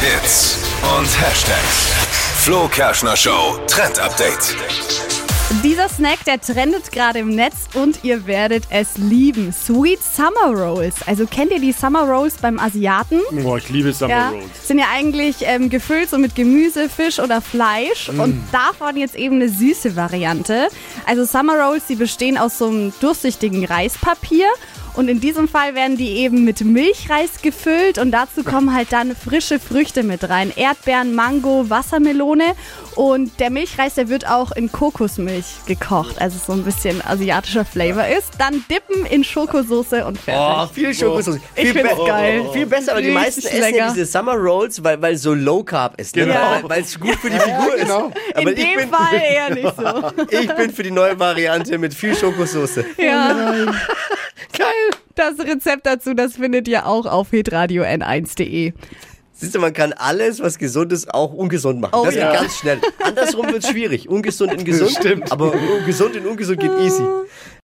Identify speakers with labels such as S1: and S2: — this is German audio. S1: Hits und Hashtags. Flo Kerschner Show Trend Update.
S2: Dieser Snack, der trendet gerade im Netz und ihr werdet es lieben. Sweet Summer Rolls. Also kennt ihr die Summer Rolls beim Asiaten?
S3: Boah, ich liebe Summer
S2: Ja,
S3: Rolls.
S2: sind ja eigentlich ähm, gefüllt so mit Gemüse, Fisch oder Fleisch
S3: Mm.
S2: und davon jetzt eben eine süße Variante. Also Summer Rolls, die bestehen aus so einem durchsichtigen Reispapier und in diesem Fall werden die eben mit Milchreis gefüllt und dazu kommen halt dann frische Früchte mit rein. Erdbeeren, Mango, Wassermelone und der Milchreis, der wird auch in Kokosmilch gekocht, also so ein bisschen asiatischer Flavor ist. Dann dippen in Schokosoße und fertig.
S4: Oh, viel Schokosauce.
S2: Ich
S4: Viel
S2: find's
S4: be- Oh,
S2: geil.
S4: Viel besser, aber die
S2: Richtig
S4: meisten essen
S2: lecker.
S4: ja diese Summer Rolls, weil, weil so Low Carb ist. Ne?
S3: Genau.
S4: Weil- Weil es gut für die Figur ist.
S3: genau.
S4: Aber
S2: in
S4: ich,
S2: dem
S4: bin,
S2: Fall eher nicht so.
S4: ich bin für die neue Variante mit viel Schokosauce.
S2: Ja. Geil. Das Rezept dazu, das findet ihr auch auf hitradio n1.de.
S4: Siehst du, man kann alles, was gesund ist, auch ungesund machen.
S2: Oh
S4: das
S2: ja.
S4: geht ganz schnell. Andersrum wird schwierig. Ungesund in gesund.
S3: Stimmt.
S4: Aber gesund in ungesund geht easy.